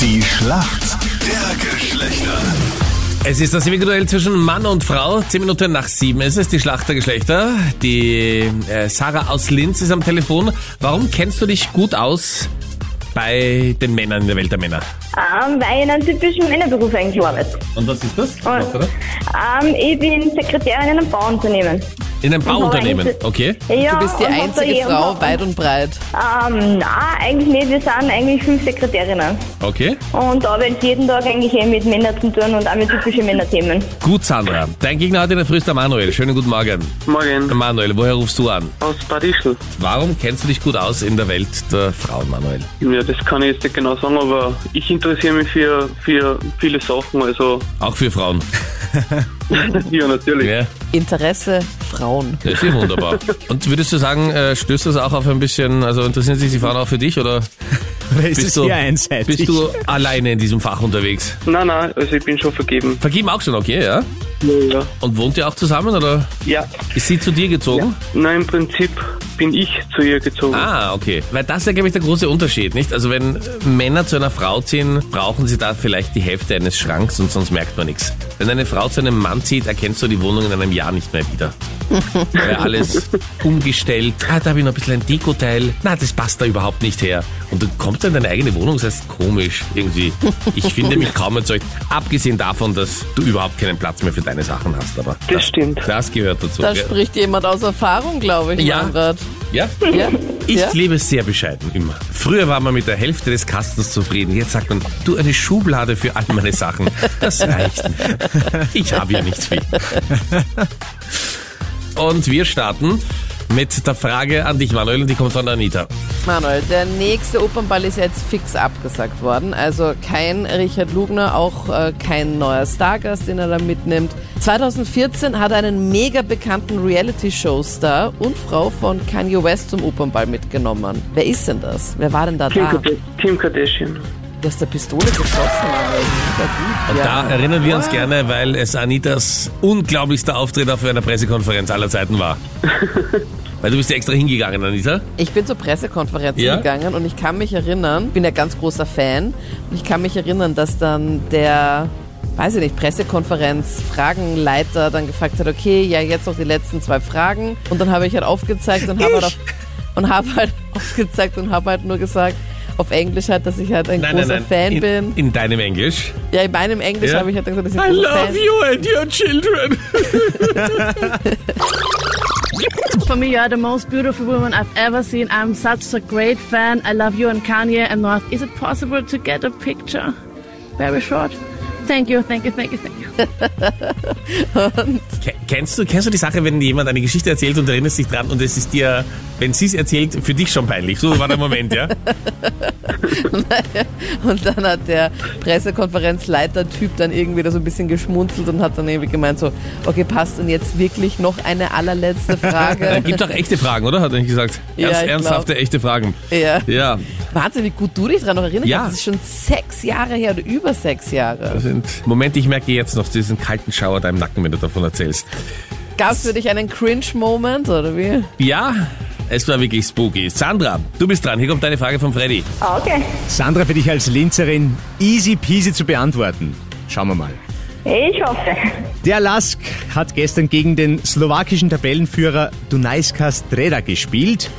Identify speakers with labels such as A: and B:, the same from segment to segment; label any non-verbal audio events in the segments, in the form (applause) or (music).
A: Die Schlacht der Geschlechter.
B: Es ist das individuell zwischen Mann und Frau. Zehn Minuten nach sieben ist es, die Schlacht der Geschlechter. Die äh, Sarah aus Linz ist am Telefon. Warum kennst du dich gut aus bei den Männern in der Welt der Männer?
C: Ähm, weil ich in einem typischen Männerberuf eigentlich arbeite.
B: Und was ist das?
C: Und, ähm, ich bin Sekretärin in einem Bauunternehmen.
B: In einem Bauunternehmen,
C: Und-
B: okay.
C: Ja,
D: Du bist die
C: und hab da
D: einzige
C: jeden
D: Frau
C: Tag-
D: weit und breit.
C: Ähm, nein, eigentlich nicht. Wir sind eigentlich fünf Sekretärinnen.
B: Okay.
C: Und da arbeite ich jeden Tag eigentlich eh mit Männern zu tun und auch mit typischen Männerthemen.
B: Gut, Sandra. Dein Gegner hat in der Früh ist der Manuel. Schönen guten Morgen.
E: Morgen
B: Manuel, woher rufst du an?
E: aus Badischl.
B: Warum kennst du dich gut aus in der Welt der Frauen, Manuel?
E: Ja, das kann ich jetzt nicht genau sagen, aber ich interessiere mich für, für viele Sachen. Also, (laughs)
B: Auch für (laughs) Frauen.
E: ja, natürlich.
B: Ja.
D: Interesse Frauen.
B: Das ist ja wunderbar. Und würdest du sagen, äh, stößt das auch auf ein bisschen, also interessieren sich die Frauen auch für dich oder
F: Es
B: bist
F: (laughs) ist
B: du,
F: sehr einseitig.
B: bist du alleine in diesem Fach unterwegs?
E: Nein, nein, also ich bin schon vergeben.
B: Vergeben auch schon, okay, ja?
E: Ja, ja.
B: Und wohnt ihr auch zusammen oder
E: ja.
B: ist sie zu dir gezogen?
E: Nein, im Prinzip bin ich zu ihr gezogen.
B: Ah, okay. Weil das ist ja, glaube ich, der große Unterschied, nicht? Also wenn Männer zu einer Frau ziehen, brauchen sie da vielleicht die Hälfte eines Schranks und sonst merkt man nichts. Wenn eine Frau zu einem Mann zieht, erkennst du die Wohnung in einem Jahr nicht mehr
E: (laughs)
B: wieder. Weil alles umgestellt. Ah, da habe ich noch ein bisschen ein Dekoteil. Na, das passt da überhaupt nicht her. Und du kommst dann in deine eigene Wohnung und sagst, komisch, irgendwie. Ich finde mich kaum erzeugt. Abgesehen davon, dass du überhaupt keinen Platz mehr für deine Sachen hast. Aber
E: Das stimmt.
B: Das gehört dazu.
D: Da
B: Ja.
D: spricht jemand aus Erfahrung, glaube ich,
B: Ja. (laughs)
D: Manfred.
B: Ja?
D: Ja?
B: Ich
D: ja?
B: lebe sehr bescheiden immer. Früher war man mit der Hälfte des Kastens zufrieden. Jetzt sagt man, du eine Schublade für all meine Sachen. Das reicht. mir. Ich habe ja nicht viel. Und wir starten mit der Frage an dich, Manuel, und die kommt von der Anita.
D: Manuel, der nächste Opernball ist jetzt fix abgesagt worden. Also kein Richard Lugner, auch äh, kein neuer Stargast, den er da mitnimmt. 2014 hat er einen mega bekannten Reality-Show-Star und Frau von Kanye West zum Opernball mitgenommen. Wer ist denn das? Wer war denn da
E: Kim,
D: da?
E: Karda- Kim Kardashian.
D: Der ist der Pistole geschossen, Manuel. Super gut.
B: Und
D: ja. Ah.
B: da äh, erinnern wir uns
D: Wow.
B: gerne, weil es Anitas unglaublichster Auftritt auf einer Pressekonferenz aller Zeiten
D: (laughs)
B: war. Weil du bist ja extra hingegangen, Anita.
D: Ich bin zur Pressekonferenz
B: Ja?
D: gegangen und ich kann mich erinnern, bin ja ganz großer Fan, und ich kann mich erinnern, dass dann der, weiß ich nicht, Pressekonferenz-Fragenleiter dann gefragt hat, okay, ja, jetzt noch die letzten zwei Fragen. Und dann habe ich halt aufgezeigt und habe halt, auf, und habe halt (laughs) aufgezeigt und habe halt nur gesagt, auf Englisch halt, dass ich halt ein großer Fan
B: in,
D: bin.
B: In deinem Englisch.
D: Ja, in meinem Englisch
B: Ja?
D: habe ich halt dann gesagt, dass ich ein großer Fan
B: you and your children.
G: For me, you are the most beautiful woman I've ever seen. I'm such a great fan. I love you and Kanye and North. Is it possible to get a picture? Very short. Thank you, thank you, thank you, thank you.
B: Ke- Kennst du, kennst du die Sache, wenn jemand eine Geschichte erzählt und du erinnerst dich dran und es ist dir, wenn sie es erzählt, für dich schon peinlich? So war der Moment, ja?
D: (laughs) Und dann hat der Pressekonferenzleiter-Typ dann irgendwie da so ein bisschen geschmunzelt und hat dann irgendwie gemeint so, okay, passt und jetzt wirklich noch eine allerletzte
B: (laughs) (laughs) Da
D: Frage.
B: gibt auch echte Fragen, oder? Hat er nicht gesagt?
D: Ja,
B: Ernst,
D: ich glaub.
B: ernsthafte, echte Fragen.
D: ja.
B: Ja,
D: Wahnsinn, wie gut du dich daran noch erinnerst.
B: Ja.
D: Das ist schon sechs Jahre her oder über sechs Jahre.
B: das sind Momente, ich merke jetzt noch diesen kalten Schauer deinem Nacken, wenn du davon erzählst.
D: Gab es für dich einen Cringe-Moment oder wie?
B: Ja, es war wirklich spooky. Sandra, du bist dran. Hier kommt deine Frage von Freddy.
C: Ah, Okay.
F: Sandra, für dich als Linzerin easy peasy zu beantworten. Schauen wir mal.
C: Ich hoffe. (laughs)
F: Der Lask hat gestern gegen den slowakischen Tabellenführer Dunajska Streda gespielt.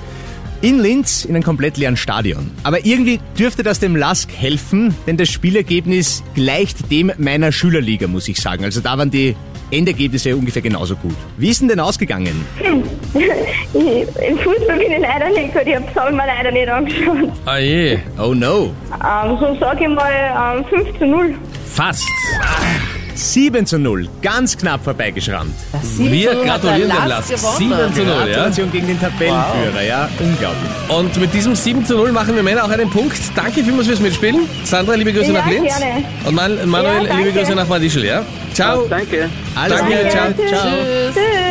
F: In Linz, in einem komplett leeren Stadion. Aber irgendwie dürfte das dem Lask helfen, denn das Spielergebnis gleicht dem meiner Schülerliga, muss ich sagen. Also da waren die Endergebnisse ungefähr genauso gut. Wie ist denn denn ausgegangen?
C: Ich, Im Fußball bin ich leider nicht gut. Ich habe es mir leider nicht angeschaut.
B: Ah je,
F: Oh no.
C: Ähm, so sage ich mal ähm, 5 zu 0.
B: fast.
F: 7 zu 0. Ganz knapp vorbeigeschrammt.
B: Wir
D: Sieben hat der
B: gratulieren dem
D: Lask
B: Lask. 7 zu
D: gewonnen.
B: 0, Genau, ja?
F: Gratulation gegen den Tabellenführer, ja. Unglaublich.
B: Und mit diesem 7 zu 0 machen wir Männer auch einen Punkt. Danke vielmals fürs Mitspielen. Sandra, liebe Grüße
C: Ja,
B: nach Linz.
C: gerne.
B: Und Man Manuel,
C: Ja, danke.
B: liebe Grüße nach Madischl, ja? Ciao.
E: Danke.
F: Alles
B: Danke,
F: Gute.
B: ciao.
F: ciao.
C: Tschüss.